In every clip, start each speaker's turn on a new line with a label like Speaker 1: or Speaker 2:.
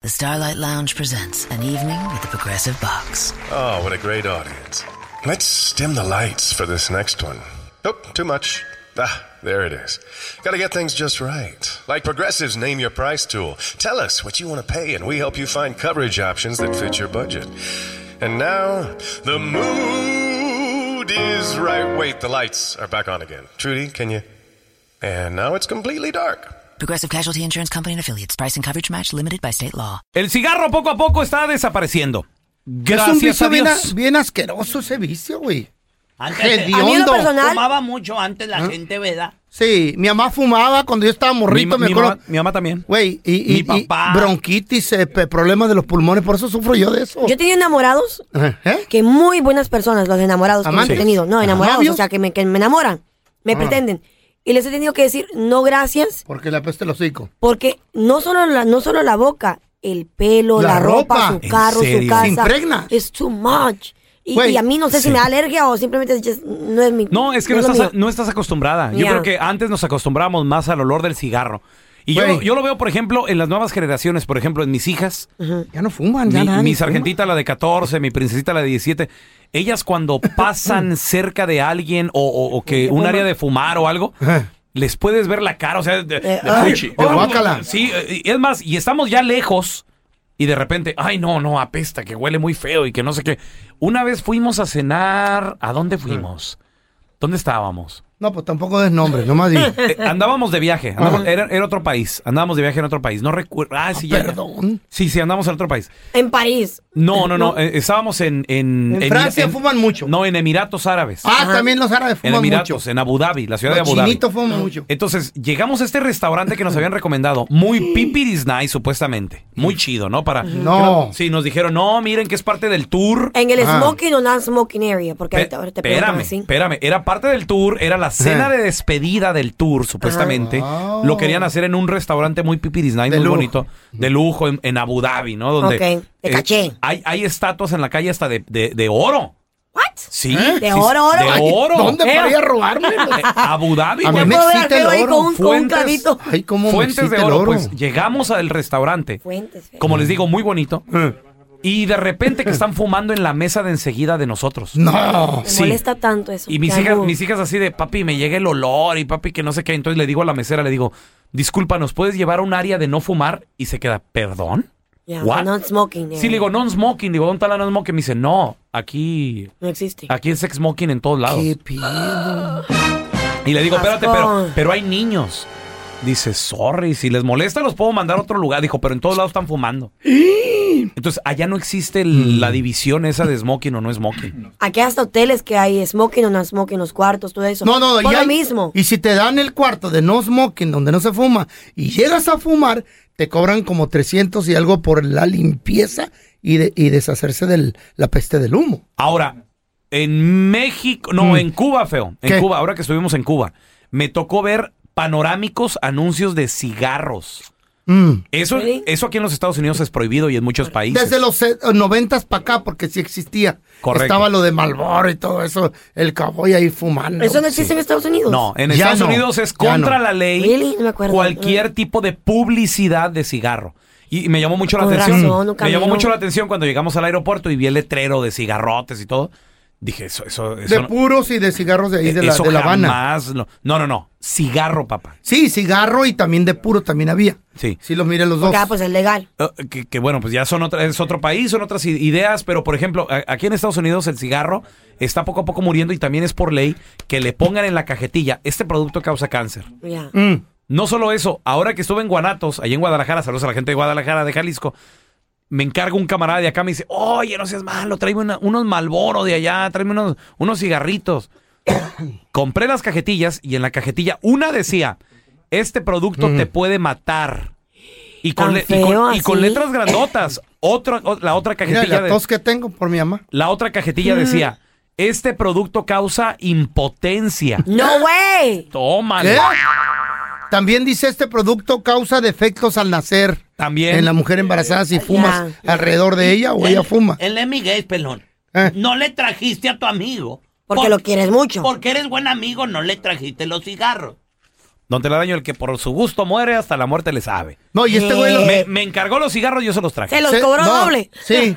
Speaker 1: The Starlight Lounge presents An Evening with the Progressive Box.
Speaker 2: Oh, what a great audience. Let's dim the lights for this next one. Nope, too much. Ah, there it is. Got to get things just right. Like Progressive's Name Your Price tool. Tell us what you want to pay, and we help you find coverage options that fit your budget. And now, the mood is right. Wait, the lights are back on again. Trudy, can you? And now it's completely dark.
Speaker 1: Progressive Casualty Insurance Company and Affiliates. Price and coverage match limited by state law.
Speaker 3: El cigarro poco a poco está desapareciendo.
Speaker 4: es un
Speaker 3: Gracias
Speaker 4: vicio
Speaker 3: a
Speaker 4: bien,
Speaker 3: Dios.
Speaker 4: bien asqueroso ese vicio, güey. Hediondo.
Speaker 5: a mí en lo personal,
Speaker 6: Fumaba mucho antes la
Speaker 4: ¿Ah?
Speaker 6: gente, ¿verdad?
Speaker 4: Sí, mi mamá fumaba cuando yo estaba
Speaker 3: Mi,
Speaker 4: morrito,
Speaker 3: ma-
Speaker 4: me
Speaker 3: mi
Speaker 4: acuerdo.
Speaker 3: mamá, mi mamá también.
Speaker 4: Güey, y, y-
Speaker 3: Mi
Speaker 4: y
Speaker 3: papá.
Speaker 4: bronquitis, eh, pe- problemas de los pulmones, por eso sufro yo de eso.
Speaker 5: yo tenía enamorados
Speaker 4: ¿Eh?
Speaker 5: que muy buenas personas, los enamorados que
Speaker 4: ¿Amantes?
Speaker 5: he tenido. No,
Speaker 4: Ah,
Speaker 5: enamorados,
Speaker 4: ¿novios?
Speaker 5: o sea, que me, que me enamoran, me pretenden. Y les he tenido que decir no gracias,
Speaker 4: Porque le apeste el hocico.
Speaker 5: porque no solo la, no solo la boca, el pelo,
Speaker 4: La
Speaker 5: la, ropa,
Speaker 4: ropa.
Speaker 5: su
Speaker 3: ¿En
Speaker 5: carro, su
Speaker 3: serio?
Speaker 5: casa.
Speaker 4: Se impregna.
Speaker 5: Es too much. Y,
Speaker 4: Güey,
Speaker 5: y a mí no sé
Speaker 3: sí.
Speaker 5: si me da alergia o simplemente just no es mi.
Speaker 3: No, es que no,
Speaker 5: lo
Speaker 3: estás,
Speaker 5: mío.
Speaker 3: no estás acostumbrada. Yo
Speaker 5: Ya.
Speaker 3: creo que antes nos acostumbramos más al olor del cigarro. Y yo,
Speaker 4: Güey.
Speaker 3: yo lo veo, por ejemplo, en las nuevas generaciones, por ejemplo, en mis hijas.
Speaker 4: Ya no fuman, ya
Speaker 3: Mi,
Speaker 4: nada.
Speaker 3: mi sargentita, la de 14, mi princesita, la de 17. Ellas cuando pasan cerca de alguien o, o- o que un área de fumar o algo,
Speaker 4: Ajá. Eh,
Speaker 3: les puedes ver la cara, o sea, de, de
Speaker 4: ay,
Speaker 3: fuchi.
Speaker 4: de guácala.
Speaker 3: Sí, eh, y es más, y estamos ya lejos y de repente, ay, no, no, apesta, que huele muy feo y que no sé qué. Una vez fuimos a cenar, ¿a dónde fuimos? ¿Dónde estábamos?
Speaker 4: No, pues tampoco des nombres, nomás digo.
Speaker 3: Eh, andábamos de viaje, andábamos-
Speaker 4: Ajá.
Speaker 3: era, era otro país, andábamos de viaje en otro país, no recuerdo. Ah, sí, ya, ya.
Speaker 4: Perdón.
Speaker 3: Sí, sí, andamos en otro país.
Speaker 5: En París.
Speaker 3: No, no, no. eh, Estábamos en. En,
Speaker 4: En Francia fuman mucho.
Speaker 3: No, en Emiratos Árabes.
Speaker 4: Ah, también los árabes
Speaker 3: en
Speaker 4: fuman
Speaker 3: Emiratos,
Speaker 4: mucho.
Speaker 3: en Abu Dhabi, la ciudad
Speaker 4: Los
Speaker 3: de Abu Dhabi.
Speaker 4: chinitos fuman mucho.
Speaker 3: Entonces, llegamos a este restaurante que nos habían recomendado. Muy pipiris nice, supuestamente. Muy chido, ¿no? Para.
Speaker 4: No.
Speaker 3: Sí, nos dijeron, no, miren que es parte del tour.
Speaker 5: En el
Speaker 4: Ah.
Speaker 5: smoking o non-smoking area, porque ahorita- ahora te preguntan
Speaker 3: Espérame,
Speaker 5: así.
Speaker 3: espérame. Era parte del tour, era la cena
Speaker 4: Ajá.
Speaker 3: de despedida del tour, supuestamente.
Speaker 4: Wow.
Speaker 3: Lo querían hacer en un restaurante muy pipiris nice,
Speaker 4: De
Speaker 3: muy
Speaker 4: lujo.
Speaker 3: bonito, de lujo, en, en Abu Dhabi, ¿no? Donde, eh,
Speaker 5: Ok, te caché.
Speaker 3: Hay, hay estatuas en la calle hasta de, de- de oro.
Speaker 5: What?
Speaker 3: Sí.
Speaker 4: ¿Eh?
Speaker 3: sí,
Speaker 5: ¿De oro, oro?
Speaker 3: De
Speaker 4: Ay,
Speaker 3: oro.
Speaker 4: ¿Dónde
Speaker 3: Eh,
Speaker 4: podría robarme?
Speaker 3: eh, Abu Dhabi,
Speaker 4: A mí
Speaker 3: güey.
Speaker 4: me
Speaker 5: Puedo ver
Speaker 4: excita el
Speaker 5: feo ahí
Speaker 4: oro,
Speaker 5: con un, con un
Speaker 3: fuentes.
Speaker 5: cadito.
Speaker 4: Ay, cómo
Speaker 3: Fuentes
Speaker 4: me
Speaker 3: de
Speaker 4: excita el
Speaker 3: oro.
Speaker 4: oro.
Speaker 3: Pues llegamos al restaurante.
Speaker 5: Fuentes. feo.
Speaker 3: Como les digo, muy bonito.
Speaker 4: Eh.
Speaker 3: Y de repente que están fumando en la mesa de enseguida de nosotros.
Speaker 4: No.
Speaker 5: Me
Speaker 3: sí.
Speaker 5: molesta tanto eso.
Speaker 3: Y mis
Speaker 5: que
Speaker 3: hijas,
Speaker 5: algo-
Speaker 3: mis hijas así de, papi, me llega el olor y papi que no sé qué. Entonces le digo a la mesera, le digo, disculpa, ¿nos puedes llevar a un área de no fumar? Y se queda, ¿perdón?
Speaker 5: Ya,
Speaker 3: What?
Speaker 5: non-smoking.
Speaker 3: Sí,
Speaker 5: eh,
Speaker 3: le digo, non-smoking. Digo, ¿dónde está la non-smoking? Me dice, no, aquí,
Speaker 5: No existe.
Speaker 3: aquí es smoking en todos lados.
Speaker 4: Qué pido.
Speaker 3: Y le digo, espérate,
Speaker 5: Asco.
Speaker 3: pero, pero hay niños. Dice, sorry, si les molesta los puedo mandar a otro lugar. Dijo, pero en todos lados están fumando. Entonces, allá no existe el- la división esa de smoking o no smoking.
Speaker 5: Aquí hasta hoteles que hay smoking o non-smoking, los cuartos, todo eso.
Speaker 4: No, no,
Speaker 5: Por
Speaker 4: y
Speaker 5: lo
Speaker 4: hay-
Speaker 5: mismo.
Speaker 4: Y si te dan el cuarto de no smoking, donde no se fuma, y llegas a fumar, te cobran como 300 y algo por la limpieza y, de- y deshacerse de la peste del humo.
Speaker 3: Ahora, en México, no,
Speaker 4: Mm.
Speaker 3: en Cuba, feo. En
Speaker 4: ¿Qué?
Speaker 3: Cuba, ahora que estuvimos en Cuba, me tocó ver panorámicos anuncios de cigarros.
Speaker 4: Mm.
Speaker 3: Eso,
Speaker 5: ¿Sí?
Speaker 3: eso aquí en los Estados Unidos es prohibido y en muchos países.
Speaker 4: Desde los se- 90s para acá, porque sí existía.
Speaker 3: Correcto.
Speaker 4: Estaba lo de Malboro y todo eso, el cowboy ahí fumando.
Speaker 5: Eso no existe en Estados Unidos.
Speaker 3: No, en
Speaker 4: Ya
Speaker 3: Estados
Speaker 4: no,
Speaker 3: Unidos es
Speaker 4: ya
Speaker 3: contra
Speaker 4: no.
Speaker 3: la ley
Speaker 5: Really? No me acuerdo.
Speaker 3: cualquier tipo de publicidad de cigarro. Y y me llamó mucho la
Speaker 5: Con
Speaker 3: atención.
Speaker 5: razón, nunca
Speaker 3: me llamó
Speaker 5: miró.
Speaker 3: mucho la atención cuando llegamos al aeropuerto y vi el letrero de cigarrotes y todo. Dije, eso, eso, eso.
Speaker 4: De
Speaker 3: no- Eh,
Speaker 4: puros y de cigarros de ahí, de la,
Speaker 3: eso
Speaker 4: de La Habana.
Speaker 3: jamás lo- no, no, no. Cigarro, papá.
Speaker 4: Sí, cigarro y también de puro también había.
Speaker 3: Sí.
Speaker 4: Sí, los miré los dos.
Speaker 5: Porque, ah, pues es legal.
Speaker 3: Eh, que, que, bueno, pues ya son otra, es otro país, son otras i- ideas, pero por ejemplo, a- aquí en Estados Unidos el cigarro está poco a poco muriendo y también es por ley que le pongan en la cajetilla, este producto causa cáncer.
Speaker 5: Ya.
Speaker 4: Mm.
Speaker 3: No solo eso, ahora que estuve en Guanatos, allá en Guadalajara, saludos a la gente de Guadalajara, de Jalisco, me encargo un camarada de acá, me dice, oye, no seas malo, tráeme una- unos Malboro de allá, tráeme unos, unos cigarritos. Compré las cajetillas y en la cajetilla una decía, este producto te puede matar. Y con,
Speaker 5: Tan
Speaker 3: le- y con-
Speaker 5: feo
Speaker 3: y con
Speaker 5: así.
Speaker 3: letras grandotas, otra, o- la otra
Speaker 4: Mira,
Speaker 3: cajetilla,
Speaker 4: la
Speaker 3: de-
Speaker 4: tos que tengo por mi mamá.
Speaker 3: la otra cajetilla decía, este producto causa impotencia.
Speaker 5: No way.
Speaker 3: Tómalo.
Speaker 4: ¿Qué? ¿Eh? También dice este producto causa defectos al nacer.
Speaker 3: También.
Speaker 4: En la mujer embarazada si fumas
Speaker 5: Ya.
Speaker 4: alrededor de ella o ella fuma.
Speaker 6: Él es Miguel, pelón.
Speaker 4: Eh.
Speaker 6: No le trajiste a tu amigo.
Speaker 5: Porque
Speaker 6: Por-
Speaker 5: lo quieres mucho.
Speaker 6: Porque eres buen amigo, no le trajiste los cigarros.
Speaker 3: Don Telaraño, el que por su gusto muere, hasta la muerte le sabe.
Speaker 4: No, y este güey los-
Speaker 3: Me, me encargó los cigarros, yo se los traje.
Speaker 5: Eh, Se los
Speaker 4: se-
Speaker 5: cobró
Speaker 4: no,
Speaker 5: doble.
Speaker 4: Sí,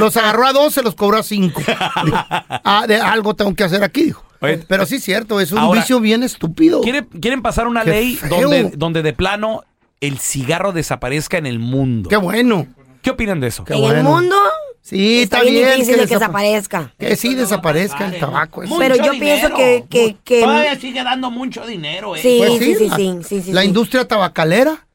Speaker 4: los agarró a dos, se los cobró a cinco. Dijo, "Ah, de algo tengo que hacer aquí, dijo.
Speaker 3: Oye,
Speaker 4: Pero sí es cierto, es un
Speaker 3: ahora-
Speaker 4: vicio bien estúpido.
Speaker 3: Quieren, quieren pasar una
Speaker 4: Qué
Speaker 3: ley
Speaker 4: feo.
Speaker 3: donde, donde de plano el cigarro desaparezca en el mundo.
Speaker 4: Qué bueno.
Speaker 3: ¿Qué opinan de eso?
Speaker 4: Qué
Speaker 5: en el
Speaker 4: bueno.
Speaker 5: mundo
Speaker 4: Sí,
Speaker 5: está, bien, difícil de que desaparezca.
Speaker 4: Que sí desaparezca el tabaco. ese.
Speaker 6: Mucho
Speaker 5: Pero yo pienso que- que- que-
Speaker 6: Todavía sigue dando mucho dinero, ¿eh?
Speaker 5: Sí,
Speaker 4: Pues
Speaker 5: sí, sí,
Speaker 4: la-
Speaker 5: sí, sí, sí,
Speaker 4: La
Speaker 5: sí.
Speaker 4: industria tabacalera.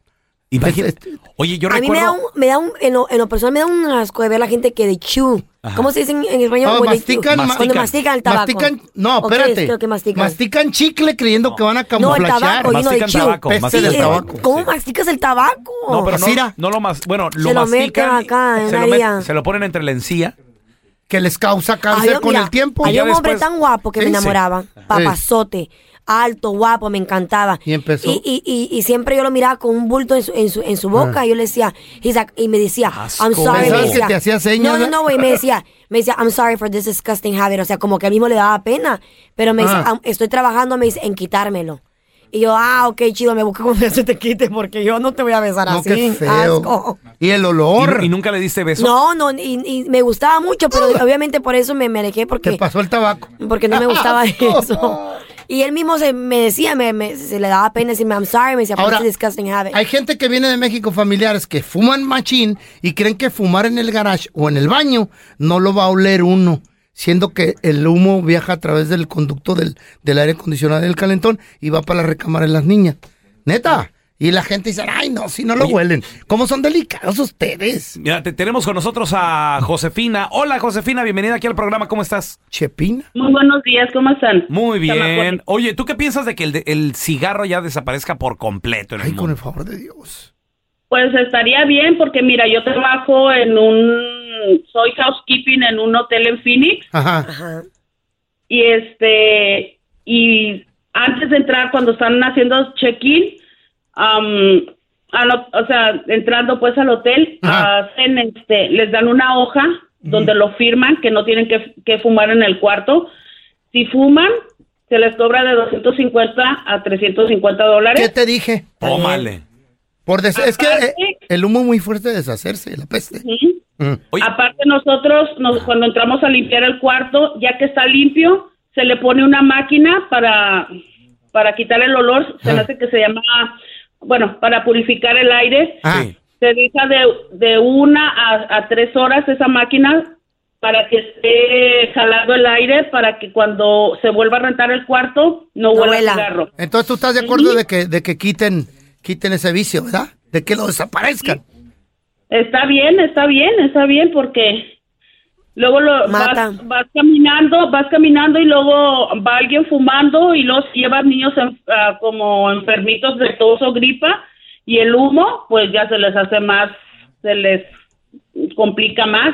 Speaker 3: Imagínate-
Speaker 4: Pues,
Speaker 3: Oye, yo
Speaker 5: A mí me
Speaker 3: recuerdo.
Speaker 5: da un, me da un en, lo, en lo personal me da un asco de ver la gente que de chew. ¿Cómo se dice en, en español?
Speaker 4: Ah,
Speaker 5: When they chew.
Speaker 4: mastican, ma-
Speaker 5: Cuando mastican el tabaco.
Speaker 4: mastican- no,
Speaker 5: ¿O qué es?
Speaker 4: espérate.
Speaker 5: Creo que mastican.
Speaker 4: Mastican chicle creyendo que van a
Speaker 5: no, el
Speaker 4: camuflajear.
Speaker 5: tabaco, y uno de
Speaker 3: Mastican
Speaker 5: chew.
Speaker 3: tabaco,
Speaker 5: Sí,
Speaker 4: mastican
Speaker 5: eh,
Speaker 4: tabaco,
Speaker 5: ¿Cómo
Speaker 3: sí.
Speaker 5: masticas el tabaco?
Speaker 3: No, pero no,
Speaker 4: Asira.
Speaker 3: no lo más. Bueno, lo
Speaker 5: Se lo
Speaker 3: mastican.
Speaker 5: meten acá en
Speaker 3: se, lo
Speaker 5: la
Speaker 3: met-
Speaker 5: área.
Speaker 3: se lo ponen entre la encía.
Speaker 4: que les causa
Speaker 5: Había-
Speaker 4: cáncer con
Speaker 5: mira,
Speaker 4: el tiempo.
Speaker 3: Y ya
Speaker 5: Había un hombre
Speaker 3: después-
Speaker 5: tan guapo que
Speaker 4: Sí,
Speaker 5: me
Speaker 4: sí.
Speaker 5: enamoraba. Papazote. Alto, guapo, me encantaba.
Speaker 4: Y empezó. Ah.
Speaker 5: Y, y- y- y siempre yo lo miraba con un bulto en su, en su, en su boca. Y yo le decía, he's like- y me decía,
Speaker 3: Asco.
Speaker 5: I'm sorry.
Speaker 3: Pensabas
Speaker 5: Me
Speaker 3: que
Speaker 5: decía,
Speaker 4: te hacía señas,
Speaker 5: No, no, no, güey. Me decía, me decía, I'm sorry for this disgusting habit. O sea, como que a mí mismo le daba pena. Pero me
Speaker 4: Ah.
Speaker 5: dice, "Am- estoy trabajando, me dice, en quitármelo. Y yo, ah, ok, chido, me busco cómo se te quite porque yo no te voy a besar
Speaker 4: No,
Speaker 5: así.
Speaker 4: qué feo.
Speaker 5: Asco.
Speaker 4: Y el
Speaker 3: Y,
Speaker 4: olor.
Speaker 3: nu- y nunca le diste beso.
Speaker 5: No, no, y, y me gustaba mucho, pero obviamente por eso me, me alejé porque
Speaker 4: te pasó el tabaco.
Speaker 5: porque no me gustaba
Speaker 4: Asco.
Speaker 5: eso. Y él mismo se me decía, me, me- se le daba pena decirme, I'm sorry, me decía, "But
Speaker 4: Ahora,
Speaker 5: it's a disgusting habit.
Speaker 4: hay gente que viene de México, familiares, que fuman machín y creen que fumar en el garage o en el baño no lo va a oler uno, siendo que el humo viaja a través del conducto del, del aire acondicionado y del calentón y va para la recámara de las niñas. Neta. Y la gente dice, ay, no, si no lo huelen. ¿Cómo son delicados ustedes?
Speaker 3: Mira, te- tenemos con nosotros a Josefina. Hola, Josefina, bienvenida aquí al programa. ¿Cómo estás?
Speaker 4: Chepina.
Speaker 7: Muy buenos días, ¿cómo están?
Speaker 3: Muy bien.
Speaker 7: Chamacón.
Speaker 3: Oye, ¿tú qué piensas de que el, de- el cigarro ya desaparezca por completo en el
Speaker 4: Ay, con
Speaker 3: mundo?
Speaker 4: el favor de Dios.
Speaker 7: Pues estaría bien porque mira, yo trabajo en un soy housekeeping en un hotel en Phoenix
Speaker 4: Ajá.
Speaker 5: Ajá.
Speaker 7: y este y antes de entrar cuando están haciendo check-in am, a lo- o sea, entrando pues al hotel,
Speaker 4: Ajá.
Speaker 7: hacen, este, les dan una hoja donde lo firman que no tienen que, que fumar en el cuarto. Si fuman, se les cobra de 250 a 350 dólares.
Speaker 4: ¿Qué te dije?
Speaker 3: Tómale.
Speaker 4: Por des- es que eh,
Speaker 7: Aparte-
Speaker 4: el humo muy fuerte deshacerse, la peste.
Speaker 7: Ujú.
Speaker 4: Mm.
Speaker 3: Oye,
Speaker 7: Aparte nosotros, nos- cuando entramos a limpiar el cuarto, ya que está limpio, se le pone una máquina para, para quitar el olor, se me hace que se llama, bueno, para purificar el aire.
Speaker 4: Ah,
Speaker 3: Sí.
Speaker 7: Se deja de, de una a, a tres horas esa máquina para que esté jalado el aire, para que cuando se vuelva a rentar el cuarto no, huela,
Speaker 5: huela.
Speaker 7: a cigarro.
Speaker 4: Entonces tú estás de acuerdo de que, de que quiten, quiten ese vicio, ¿verdad? De que lo desaparezcan.
Speaker 7: Está bien, está bien, está bien, porque luego lo
Speaker 5: Mata.
Speaker 7: vas, vas caminando, vas caminando y luego va alguien fumando y los lleva niños en- ah, como enfermitos de tos o gripa y el humo, pues ya se les hace más, se les complica más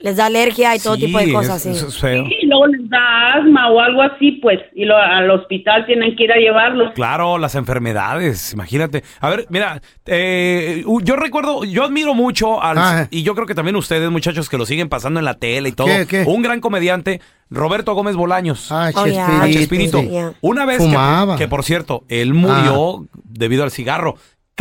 Speaker 5: Les da alergia y todo
Speaker 3: Sí,
Speaker 5: tipo de cosas,
Speaker 3: es-
Speaker 5: sí.
Speaker 3: eso es feo.
Speaker 7: y luego les da asma o algo así, pues, y lo, al hospital tienen que ir a llevarlos.
Speaker 3: Claro, las enfermedades, imagínate. A ver, mira, eh, u- yo recuerdo, yo admiro mucho al,
Speaker 4: Ah.
Speaker 3: y yo creo que también ustedes, muchachos, que lo siguen pasando en la tele y todo.
Speaker 4: ¿Qué, qué?
Speaker 3: Un gran comediante, Roberto Gómez Bolaños.
Speaker 4: Ah,
Speaker 5: Oh, ya.
Speaker 4: Chespirito.
Speaker 3: Ah, Chespirito.
Speaker 5: sí. Ya.
Speaker 3: Una vez que-
Speaker 4: Fumaba. Ah.
Speaker 3: Que, por cierto, él murió debido al cigarro.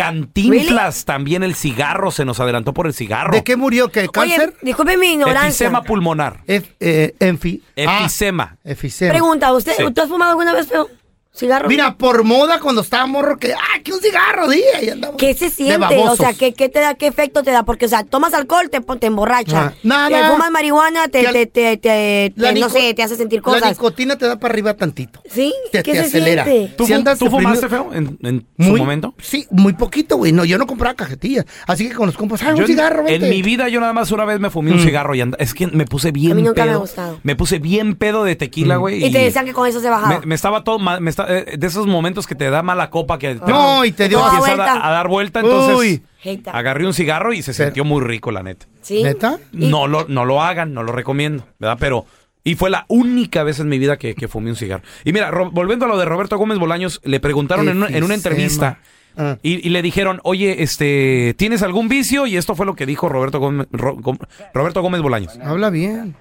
Speaker 3: Cantinflas también el cigarro, se nos adelantó por el cigarro.
Speaker 4: ¿De qué murió? ¿Qué?
Speaker 5: Oye,
Speaker 4: ¿Cáncer?
Speaker 5: disculpe mi ignorancia.
Speaker 3: Enfisema pulmonar.
Speaker 4: Ef- eh, enfi- ah,
Speaker 3: Enfisema.
Speaker 4: efisema.
Speaker 5: Pregunta, ¿usted,
Speaker 3: Sí.
Speaker 5: ¿tú has fumado alguna vez, feo? ¿Cigarro?
Speaker 4: Mira, por moda cuando estaba morro, que, ah, que un cigarro, dije, y andamos
Speaker 5: ¿Qué se
Speaker 4: de
Speaker 5: siente? O
Speaker 4: babosos.
Speaker 5: sea, ¿qué, qué te da, ¿qué efecto te da? Porque, o sea, tomas alcohol, te, pon- te emborracha.
Speaker 4: Ah, nada.
Speaker 5: Te fumas marihuana, te,
Speaker 4: Que al-
Speaker 5: te, te, te-
Speaker 4: La
Speaker 5: te- no
Speaker 4: nico-
Speaker 5: sé, te hace sentir
Speaker 4: La
Speaker 5: cosas.
Speaker 4: nicotina te da para arriba tantito.
Speaker 5: ¿Sí?
Speaker 4: Te,
Speaker 5: ¿Qué
Speaker 4: te
Speaker 5: se
Speaker 4: acelera.
Speaker 5: siente?
Speaker 3: ¿Tú,
Speaker 4: Si
Speaker 3: fu-
Speaker 4: andas
Speaker 3: tú
Speaker 4: deprimido-
Speaker 3: fumaste feo en, en su
Speaker 4: Muy-
Speaker 3: momento?
Speaker 4: Sí, muy poquito, güey. No, yo no compraba cajetillas. Así que con los compas, ah,
Speaker 3: Yo
Speaker 4: un
Speaker 3: en-
Speaker 4: cigarro,
Speaker 3: en,
Speaker 4: vente. Mm.
Speaker 3: mi vida yo nada más una vez me fumé un cigarro y and- es que me puse bien
Speaker 5: A mí nunca me
Speaker 3: pedo.
Speaker 5: ha gustado.
Speaker 3: Me puse bien pedo de tequila,
Speaker 4: Mm.
Speaker 3: güey.
Speaker 5: Y te decían que con eso se bajaba.
Speaker 3: me, me estaba todo ma- me esta- eh, de esos momentos que te da mala copa que te-
Speaker 4: No, y te dio-
Speaker 5: Toda
Speaker 3: empieza a, da-
Speaker 5: vuelta.
Speaker 3: a dar vuelta, entonces
Speaker 4: Uy.
Speaker 5: Hate that.
Speaker 3: agarré un cigarro y se
Speaker 4: Pero-
Speaker 3: sintió muy rico, la neta.
Speaker 5: ¿Sí?
Speaker 4: ¿Neta?
Speaker 3: No lo, no lo hagan, no lo recomiendo, ¿verdad? Pero, y fue la única vez en mi vida que, que fumé un cigarro. Y mira, Ro- volviendo a lo de Roberto Gómez Bolaños, le preguntaron en una, en una
Speaker 4: Efisema.
Speaker 3: entrevista
Speaker 4: Ah.
Speaker 3: y, y le dijeron, oye, este, ¿tienes algún vicio? Y esto fue lo que dijo Roberto Gómez, Ro- Gó- Roberto Gómez Bolaños.
Speaker 4: Habla bien.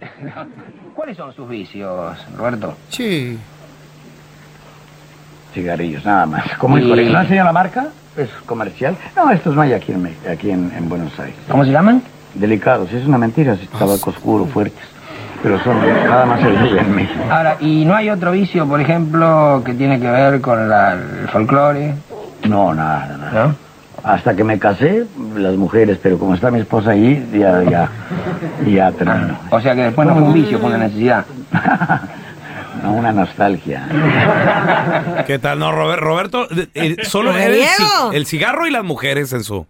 Speaker 8: ¿Cuáles son sus vicios, Roberto?
Speaker 4: Sí.
Speaker 8: cigarrillos, nada más. ¿Cómo es Corea? ¿No enseña la marca? ¿Es comercial? No, estos no hay aquí en, Mex- aquí en, en Buenos Aires. ¿Cómo se llaman? Delicados, es una mentira, es tabaco oscuro, fuertes. Pero son nada más el día en México.
Speaker 9: Ahora, ¿y no hay otro vicio, por ejemplo, que tiene que ver con la- el folclore?
Speaker 8: No, nada, nada.
Speaker 9: ¿No?
Speaker 8: Hasta que me casé, las mujeres, pero como está mi esposa ahí, ya, ya, ya termino.
Speaker 9: O sea que después no fue un vicio, fue una necesidad.
Speaker 8: No, una nostalgia.
Speaker 3: ¿Qué tal? No, Robert- Roberto, eh, eh, solo
Speaker 5: ¡Me
Speaker 3: era el, ci-
Speaker 5: niego!
Speaker 3: el cigarro y las mujeres en su,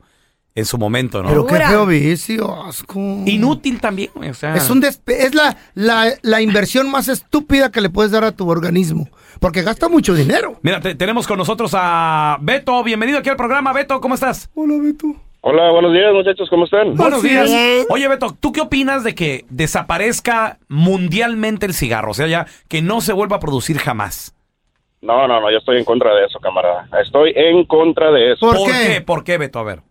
Speaker 3: en su momento, ¿no?
Speaker 4: Pero qué
Speaker 5: Pura.
Speaker 4: feo vicio, asco.
Speaker 3: Inútil también, güey, o sea.
Speaker 4: Es, un despe- es la, la, la inversión más estúpida que le puedes dar a tu organismo. Porque gasta mucho dinero.
Speaker 3: Mira, te- tenemos con nosotros a Beto. Bienvenido aquí al programa, Beto. ¿Cómo estás?
Speaker 4: Hola, Beto.
Speaker 10: Hola, buenos días muchachos, ¿cómo están?
Speaker 3: Buenos
Speaker 5: Bien.
Speaker 3: días. Oye, Beto, ¿tú qué opinas de que desaparezca mundialmente el cigarro? O sea, ya que no se vuelva a producir jamás.
Speaker 10: No, no, no, yo estoy en contra de eso, camarada. Estoy en contra de eso.
Speaker 4: ¿Por
Speaker 3: qué?
Speaker 4: qué?
Speaker 3: ¿Por qué, Beto? A ver.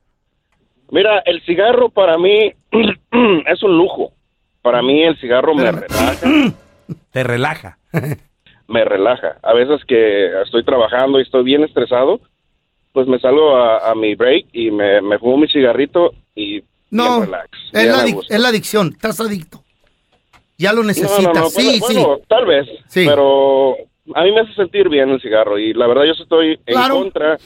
Speaker 10: Mira, el cigarro para mí es un lujo. Para mí el cigarro me relaja,
Speaker 3: Te relaja.
Speaker 10: me relaja. A veces que estoy trabajando y estoy bien estresado, pues me salgo a, a mi break y me, me fumo mi cigarrito y
Speaker 4: No,
Speaker 10: bien relax.
Speaker 4: es
Speaker 10: bien
Speaker 4: la,
Speaker 10: a
Speaker 4: adic-
Speaker 10: gusto.
Speaker 4: es la adicción. Estás adicto. Ya lo necesitas.
Speaker 10: No, no, no,
Speaker 4: sí,
Speaker 10: bueno, bueno, tal vez,
Speaker 4: Sí.
Speaker 10: pero a mí me hace sentir bien el cigarro y la verdad yo estoy en
Speaker 4: Claro.
Speaker 10: contra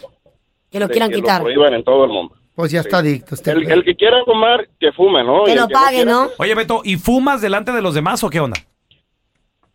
Speaker 5: Que lo
Speaker 10: de
Speaker 5: quieran
Speaker 10: que
Speaker 5: quitar.
Speaker 10: lo prohíban en todo el mundo.
Speaker 4: sí. Pues ya está adicto. este
Speaker 10: El,
Speaker 4: güey.
Speaker 10: el que quiera fumar, que fume, ¿no? Y
Speaker 5: Que
Speaker 10: el
Speaker 5: lo pague,
Speaker 10: quiera,
Speaker 5: ¿no?
Speaker 3: Oye, Beto, ¿y fumas delante de los demás o qué onda?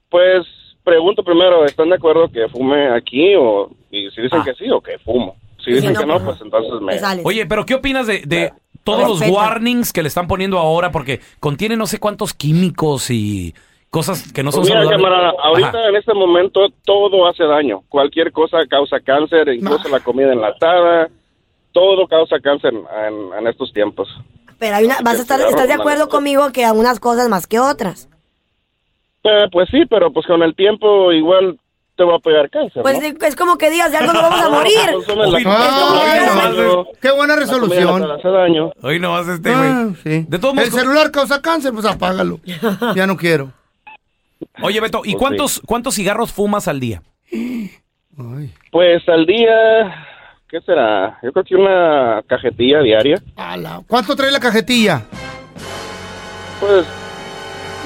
Speaker 10: Pues pregunto primero, ¿están de acuerdo que fume aquí? o Y si dicen que sí, o que fumo. Si dicen
Speaker 5: Ah. no,
Speaker 10: que no,
Speaker 5: pues
Speaker 10: pues entonces me...
Speaker 5: Te sales.
Speaker 3: Oye, pero ¿qué opinas de, de todos los
Speaker 5: Respeta.
Speaker 3: warnings que le están poniendo ahora? Porque contiene no sé cuántos químicos y cosas que no son
Speaker 10: Pues mira,
Speaker 3: saludables.
Speaker 10: camarada, ahorita
Speaker 3: Ajá.
Speaker 10: en este momento todo hace daño. Cualquier cosa causa cáncer, incluso la comida enlatada. Todo causa cáncer en, en estos tiempos.
Speaker 5: Pero hay una, vas a estar, ¿estás de acuerdo conmigo que algunas cosas más que otras?
Speaker 10: Eh, pues sí, pero pues con el tiempo igual te va a pegar cáncer,
Speaker 5: Pues
Speaker 10: ¿no?
Speaker 5: de- es como que digas, de algo no vamos a morir.
Speaker 10: Consumes la-
Speaker 3: Uy,
Speaker 4: Ay,
Speaker 10: la-
Speaker 4: no
Speaker 10: la-
Speaker 4: mames. Ah, Qué buena
Speaker 10: la comida enlatada
Speaker 4: resolución.
Speaker 10: Hace daño.
Speaker 3: Hoy no vas este, güey.
Speaker 4: Ah, sí.
Speaker 3: De todos modos,
Speaker 4: el celular causa cáncer, pues apágalo. Ya no quiero.
Speaker 3: Oye, Beto, ¿y
Speaker 10: Pues
Speaker 3: cuántos, cuántos cigarros fumas al día?
Speaker 4: Ay.
Speaker 10: Pues al día, ¿qué será? Yo creo que una cajetilla diaria.
Speaker 4: ala. ¿Cuánto trae la cajetilla?
Speaker 10: Pues,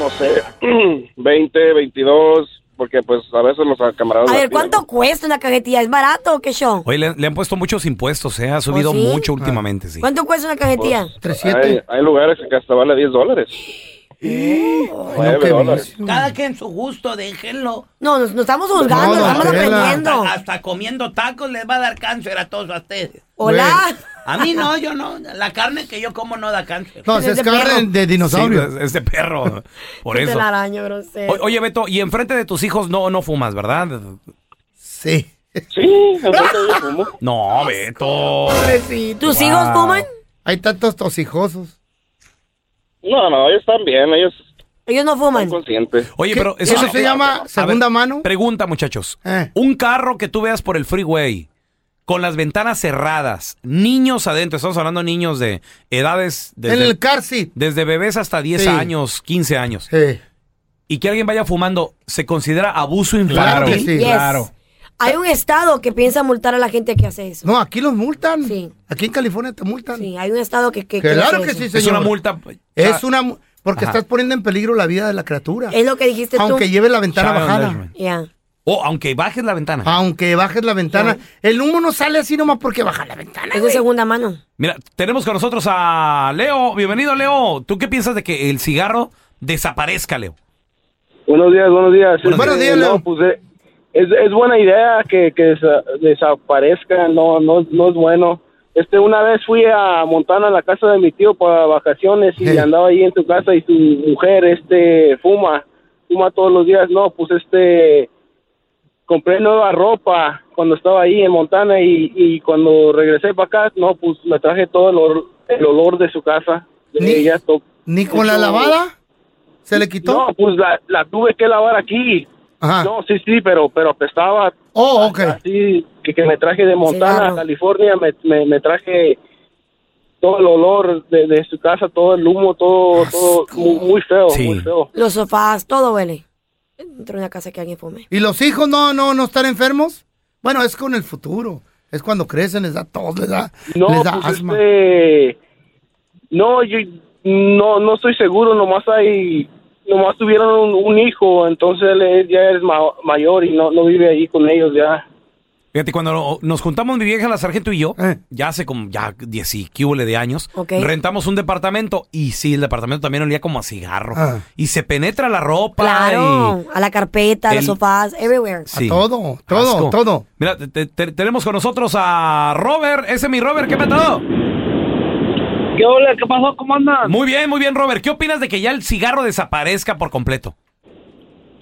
Speaker 10: no sé, 20, 22, porque pues a veces los camaradas...
Speaker 5: A
Speaker 10: la
Speaker 5: ver,
Speaker 10: tiran.
Speaker 5: ¿cuánto cuesta una cajetilla? ¿Es barato o qué show?
Speaker 3: Oye, le, le han puesto muchos impuestos, ¿eh? Ha subido
Speaker 5: ¿Oh, sí?
Speaker 4: Ah.
Speaker 3: mucho últimamente, sí.
Speaker 5: ¿Cuánto cuesta una cajetilla?
Speaker 10: Pues
Speaker 4: 300.
Speaker 10: Hay, hay lugares que hasta vale 10 dólares.
Speaker 4: ¿Eh? Ay, no, qué
Speaker 10: dólares.
Speaker 4: vicio.
Speaker 6: Cada quien su gusto, déjenlo.
Speaker 5: No, nos, nos estamos
Speaker 4: No,
Speaker 5: juzgando, nos
Speaker 4: no,
Speaker 5: estamos
Speaker 4: Tela.
Speaker 5: aprendiendo.
Speaker 7: Ah,
Speaker 6: Hasta, hasta comiendo tacos les va a dar cáncer a todos ustedes.
Speaker 5: Hola.
Speaker 6: A mí no, yo no. La carne que yo como no da cáncer.
Speaker 4: No, se
Speaker 5: Es de
Speaker 4: escarra de,
Speaker 5: perro.
Speaker 4: de dinosaurio.
Speaker 3: Sí, este perro, por
Speaker 5: Qué
Speaker 3: eso.
Speaker 5: telaraño, grosero.
Speaker 3: O- oye, Beto, y enfrente de tus hijos no, no fumas, ¿verdad?
Speaker 4: Sí.
Speaker 10: Sí, entonces yo fumo.
Speaker 3: No, Beto.
Speaker 5: ¿Tus hijos fuman?
Speaker 4: Hay tantos tosijosos.
Speaker 10: No, no, ellos están bien, ellos
Speaker 5: Ellos no
Speaker 10: están
Speaker 5: fuman.
Speaker 10: conscientes.
Speaker 3: Oye,
Speaker 4: ¿Qué-
Speaker 3: pero
Speaker 4: eso
Speaker 3: no-
Speaker 4: se llama
Speaker 3: A
Speaker 4: segunda mano?
Speaker 3: Pregunta, muchachos.
Speaker 4: Eh.
Speaker 3: Un carro que tú veas por el freeway, con las ventanas cerradas, niños adentro, estamos hablando de niños de edades
Speaker 4: en
Speaker 3: desde,
Speaker 4: el car seat.
Speaker 3: desde bebés hasta 10
Speaker 4: Sí.
Speaker 3: años, 15 años,
Speaker 4: Sí.
Speaker 3: y que alguien vaya fumando, ¿se considera abuso
Speaker 4: Claro
Speaker 3: infantil?
Speaker 4: que sí.
Speaker 5: Yes.
Speaker 3: Claro.
Speaker 5: Hay un estado que piensa multar a la gente que hace eso.
Speaker 4: No, aquí los multan.
Speaker 5: Sí.
Speaker 4: Aquí en California te multan.
Speaker 5: Sí, hay un estado que... que
Speaker 4: Claro
Speaker 5: hace
Speaker 4: que
Speaker 5: eso.
Speaker 4: sí, señor.
Speaker 3: Es una multa. o sea,
Speaker 4: Es una mu- porque
Speaker 3: Ajá.
Speaker 4: estás poniendo en peligro la vida de la criatura.
Speaker 5: Es lo que dijiste
Speaker 4: Aunque
Speaker 5: tú.
Speaker 4: lleve la ventana
Speaker 3: Child
Speaker 4: bajada. Ah.
Speaker 3: endangerment.
Speaker 5: Ya.
Speaker 3: O aunque bajes la ventana.
Speaker 4: Aunque bajes la ventana. El humo no sale así nomás porque baja la ventana.
Speaker 5: Es de segunda mano.
Speaker 3: Mira, tenemos con nosotros a Leo. Bienvenido, Leo. ¿Tú qué piensas de que el cigarro desaparezca, Leo?
Speaker 10: Buenos días, buenos días.
Speaker 4: Buenos
Speaker 10: Este,
Speaker 4: días, Leo.
Speaker 10: no, pues, eh, es, es buena idea que, que desa- desaparezca, no, no, no es bueno. Este, una vez fui a Montana, a la casa de mi tío para vacaciones y
Speaker 4: Sí.
Speaker 10: andaba ahí en su casa y su mujer, este, fuma, fuma todos los días. No, pues este, compré nueva ropa cuando estaba ahí en Montana y, y cuando regresé para acá, no, pues me traje todo el, olor- el olor de su casa.
Speaker 4: Ni-
Speaker 10: Ella to-
Speaker 4: Ni con la
Speaker 10: Eso-
Speaker 4: lavada se le quitó.
Speaker 10: No, pues la, la tuve que lavar aquí.
Speaker 4: Ajá.
Speaker 10: No, sí, sí, pero, pero apestaba
Speaker 4: Oh, ok.
Speaker 10: así que, que me traje de Montana
Speaker 5: Cigarro.
Speaker 10: a California, me, me, me traje todo el olor de, de su casa, todo el humo, todo, todo muy, muy feo,
Speaker 3: Sí.
Speaker 10: muy feo.
Speaker 5: Los sofás, todo huele. Dentro de una casa que alguien fume.
Speaker 4: ¿Y los hijos no, no, no están enfermos? Bueno, es con el futuro. Es cuando crecen, les da todo, les da,
Speaker 11: No,
Speaker 4: les da
Speaker 11: pues,
Speaker 4: asma.
Speaker 11: este, no, yo no, no estoy seguro, nomás hay, nomás tuvieron un, un hijo, entonces él es- ya es ma- mayor y no, no vive ahí con ellos ya.
Speaker 3: Fíjate, cuando lo- nos juntamos mi vieja, la sargento y yo, ya hace como ya 10 y qué huele de años,
Speaker 5: Ok.
Speaker 3: rentamos un departamento y sí, el departamento también olía como a cigarro.
Speaker 5: Ah.
Speaker 3: Y se penetra la ropa
Speaker 5: Claro,
Speaker 3: y...
Speaker 5: a la carpeta, a los
Speaker 3: El-
Speaker 5: sofás, everywhere.
Speaker 3: Sí. Asco. Mira, te- te- te- tenemos con nosotros a Robert. Ese es mi Robert, ¿qué petado?
Speaker 7: ¿Qué hola? ¿Qué pasó? ¿Cómo andan?
Speaker 3: Muy bien, muy bien, Robert. ¿Qué opinas de que ya el cigarro desaparezca por completo?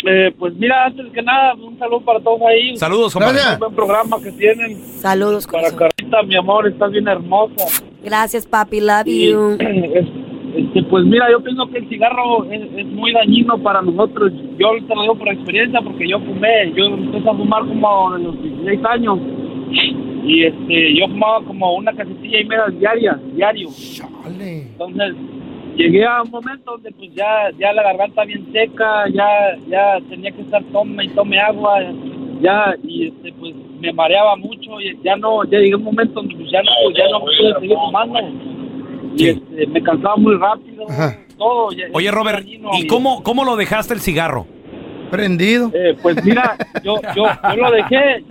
Speaker 7: Eh, pues mira, antes que nada, un saludo para todos ahí.
Speaker 3: Saludos, compadre. Gracias.
Speaker 7: Un buen programa que tienen.
Speaker 5: Saludos,
Speaker 7: Para Carlita, mi amor, estás bien hermosa.
Speaker 5: Gracias, papi, love
Speaker 7: Y,
Speaker 5: you.
Speaker 7: este, pues mira, yo pienso que el cigarro es, es muy dañino para nosotros. Yo te lo digo por experiencia porque yo fumé. Yo empecé a fumar como a los 16 años. Y este, yo fumaba como una casetilla y media diaria, diario. Entonces, llegué a un momento donde pues ya, ya la garganta bien seca, ya, ya tenía que estar tome y tome agua, ya, y este, pues me mareaba mucho, y ya no, ya llegué a un momento donde pues ya no, ya no pude seguir fumando, y este, me cansaba muy rápido, todo. ya-
Speaker 3: Oye, Robert, ¿y cómo, cómo lo dejaste el cigarro?
Speaker 4: Prendido.
Speaker 11: Eh,
Speaker 7: pues mira, yo, yo, yo lo dejé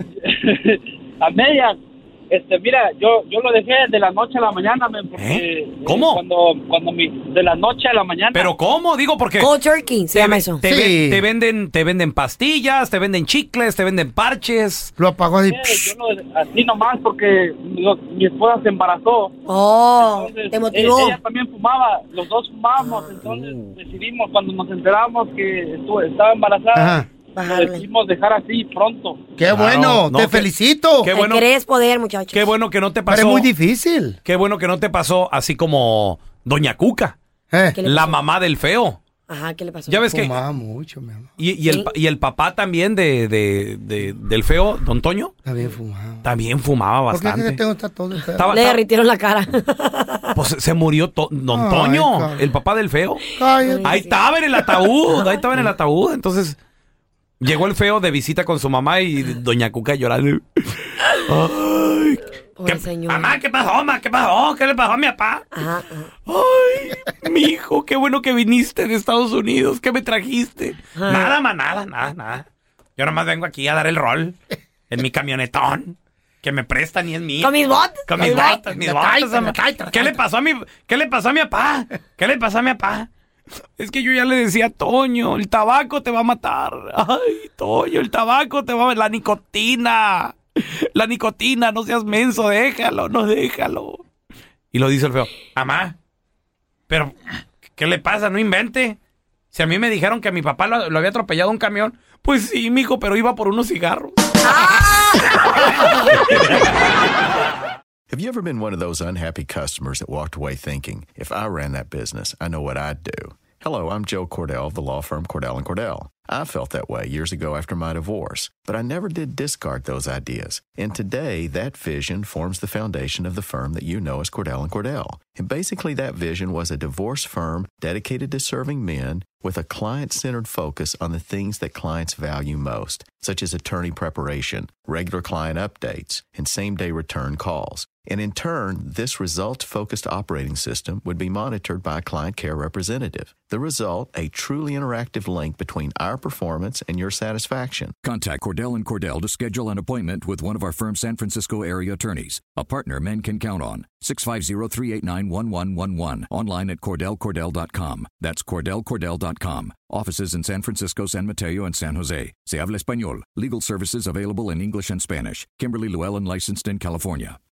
Speaker 7: a medias. Este, mira, yo, yo lo dejé de la noche a la mañana, men, porque eh,
Speaker 3: ¿Cómo?
Speaker 7: cuando, cuando mi, de la noche a la mañana.
Speaker 3: ¿Pero cómo? Digo, porque...
Speaker 7: Cold
Speaker 5: turkey,
Speaker 3: se llama eso. Te, ve-
Speaker 7: Sí.
Speaker 3: te venden, te venden pastillas, te venden chicles, te venden parches.
Speaker 4: Lo apagó
Speaker 11: eh,
Speaker 4: así.
Speaker 7: Sí, yo no- así nomás porque lo- mi esposa se embarazó.
Speaker 5: Oh,
Speaker 3: Eh,
Speaker 10: eh,
Speaker 7: te
Speaker 5: motivó.
Speaker 7: Ella, también fumaba, los dos fumábamos,
Speaker 3: Ah,
Speaker 7: entonces decidimos cuando nos enteramos que estuvo- estaba embarazada,
Speaker 4: Ajá.
Speaker 7: lo decidimos dejar así pronto.
Speaker 4: Qué bueno, te felicito.
Speaker 3: qué bueno.
Speaker 5: Querés poder, muchachos.
Speaker 3: Qué bueno que no te
Speaker 4: Pero
Speaker 3: pasó.
Speaker 4: es muy difícil.
Speaker 3: Qué bueno que no te pasó así como Doña Cuca,
Speaker 5: ¿Qué le
Speaker 3: la
Speaker 5: pasó?
Speaker 3: mamá del feo.
Speaker 5: Ajá, ¿qué le pasó?
Speaker 3: Ya ves que-
Speaker 4: Eh, Fumaba mucho, mi amor.
Speaker 3: Y, y el,
Speaker 5: Sí.
Speaker 3: pa- y el papá también de, de- de- del feo, Don Toño,
Speaker 4: También fumaba.
Speaker 3: también fumaba
Speaker 4: ¿Por qué es que
Speaker 3: bastante.
Speaker 4: tengo esta tos?
Speaker 3: Estaba-
Speaker 5: Le
Speaker 3: estaba-
Speaker 5: derritieron la cara.
Speaker 3: Pues se murió To- Don
Speaker 4: Ay,
Speaker 3: Toño,
Speaker 4: cabrón.
Speaker 3: el papá del feo.
Speaker 4: Cállate.
Speaker 3: Ahí estaba en el ataúd, ahí estaba en el ataúd. Entonces llegó el feo de visita con su mamá y Doña Cuca llorando. Ay,
Speaker 5: Pobre señor.
Speaker 3: mamá, ¿qué pasó, mamá? ¿Qué pasó? ¿Qué le pasó a mi papá?
Speaker 5: Ajá.
Speaker 3: Ay, mi hijo, qué bueno que viniste de Estados Unidos, ¿qué me trajiste?
Speaker 5: Ajá.
Speaker 3: Nada, ma, nada, nada, nada. Yo nomás vengo aquí a dar el rol en mi camionetón. Que me prestan y es mío.
Speaker 5: ¿Con mis botas?
Speaker 3: Con mis
Speaker 5: Me cae,
Speaker 3: botas,
Speaker 5: me
Speaker 3: mis
Speaker 5: cae,
Speaker 3: botas.
Speaker 5: me
Speaker 3: ama. ¿Qué le pasó a mi, qué le pasó a mi papá? ¿Qué le pasó a mi papá? Es que yo ya le decía, Toño, el tabaco te va a matar. Ay, Toño, el tabaco te va a... La nicotina. La nicotina, no seas menso, déjalo, no déjalo. Y lo dice el feo. Mamá, pero, ¿qué le pasa? No invente. Si a mí me dijeron que a mi papá lo, lo había atropellado un camión, pues sí, mijo, pero iba por unos cigarros.
Speaker 10: Have you ever been one of those unhappy customers that walked away thinking, if I ran that business, I know what I'd do? Hello, I'm Joe Cordell of the law firm Cordell and Cordell. I felt that way years ago after my divorce, but I never did discard those ideas. And today, that vision forms the foundation of the firm that you know as Cordell and Cordell. And basically, that vision was a divorce firm dedicated to serving men with a client centered focus on the things that clients value most, such as attorney preparation, regular client updates, and same day return calls. And in turn, this results focused operating system would be monitored by a client care representative. The result, a truly interactive link between our performance and your satisfaction.
Speaker 12: Contact Cordell and Cordell to schedule an appointment with one of our firm's San Francisco area attorneys, a partner men can count on. 650-389-1111. Online at cordellcordell.com. That's cordellcordell.com. Offices in San Francisco, San Mateo, and San Jose. Se habla español. Legal services available in English and Spanish. Kimberly Llewellyn licensed in California.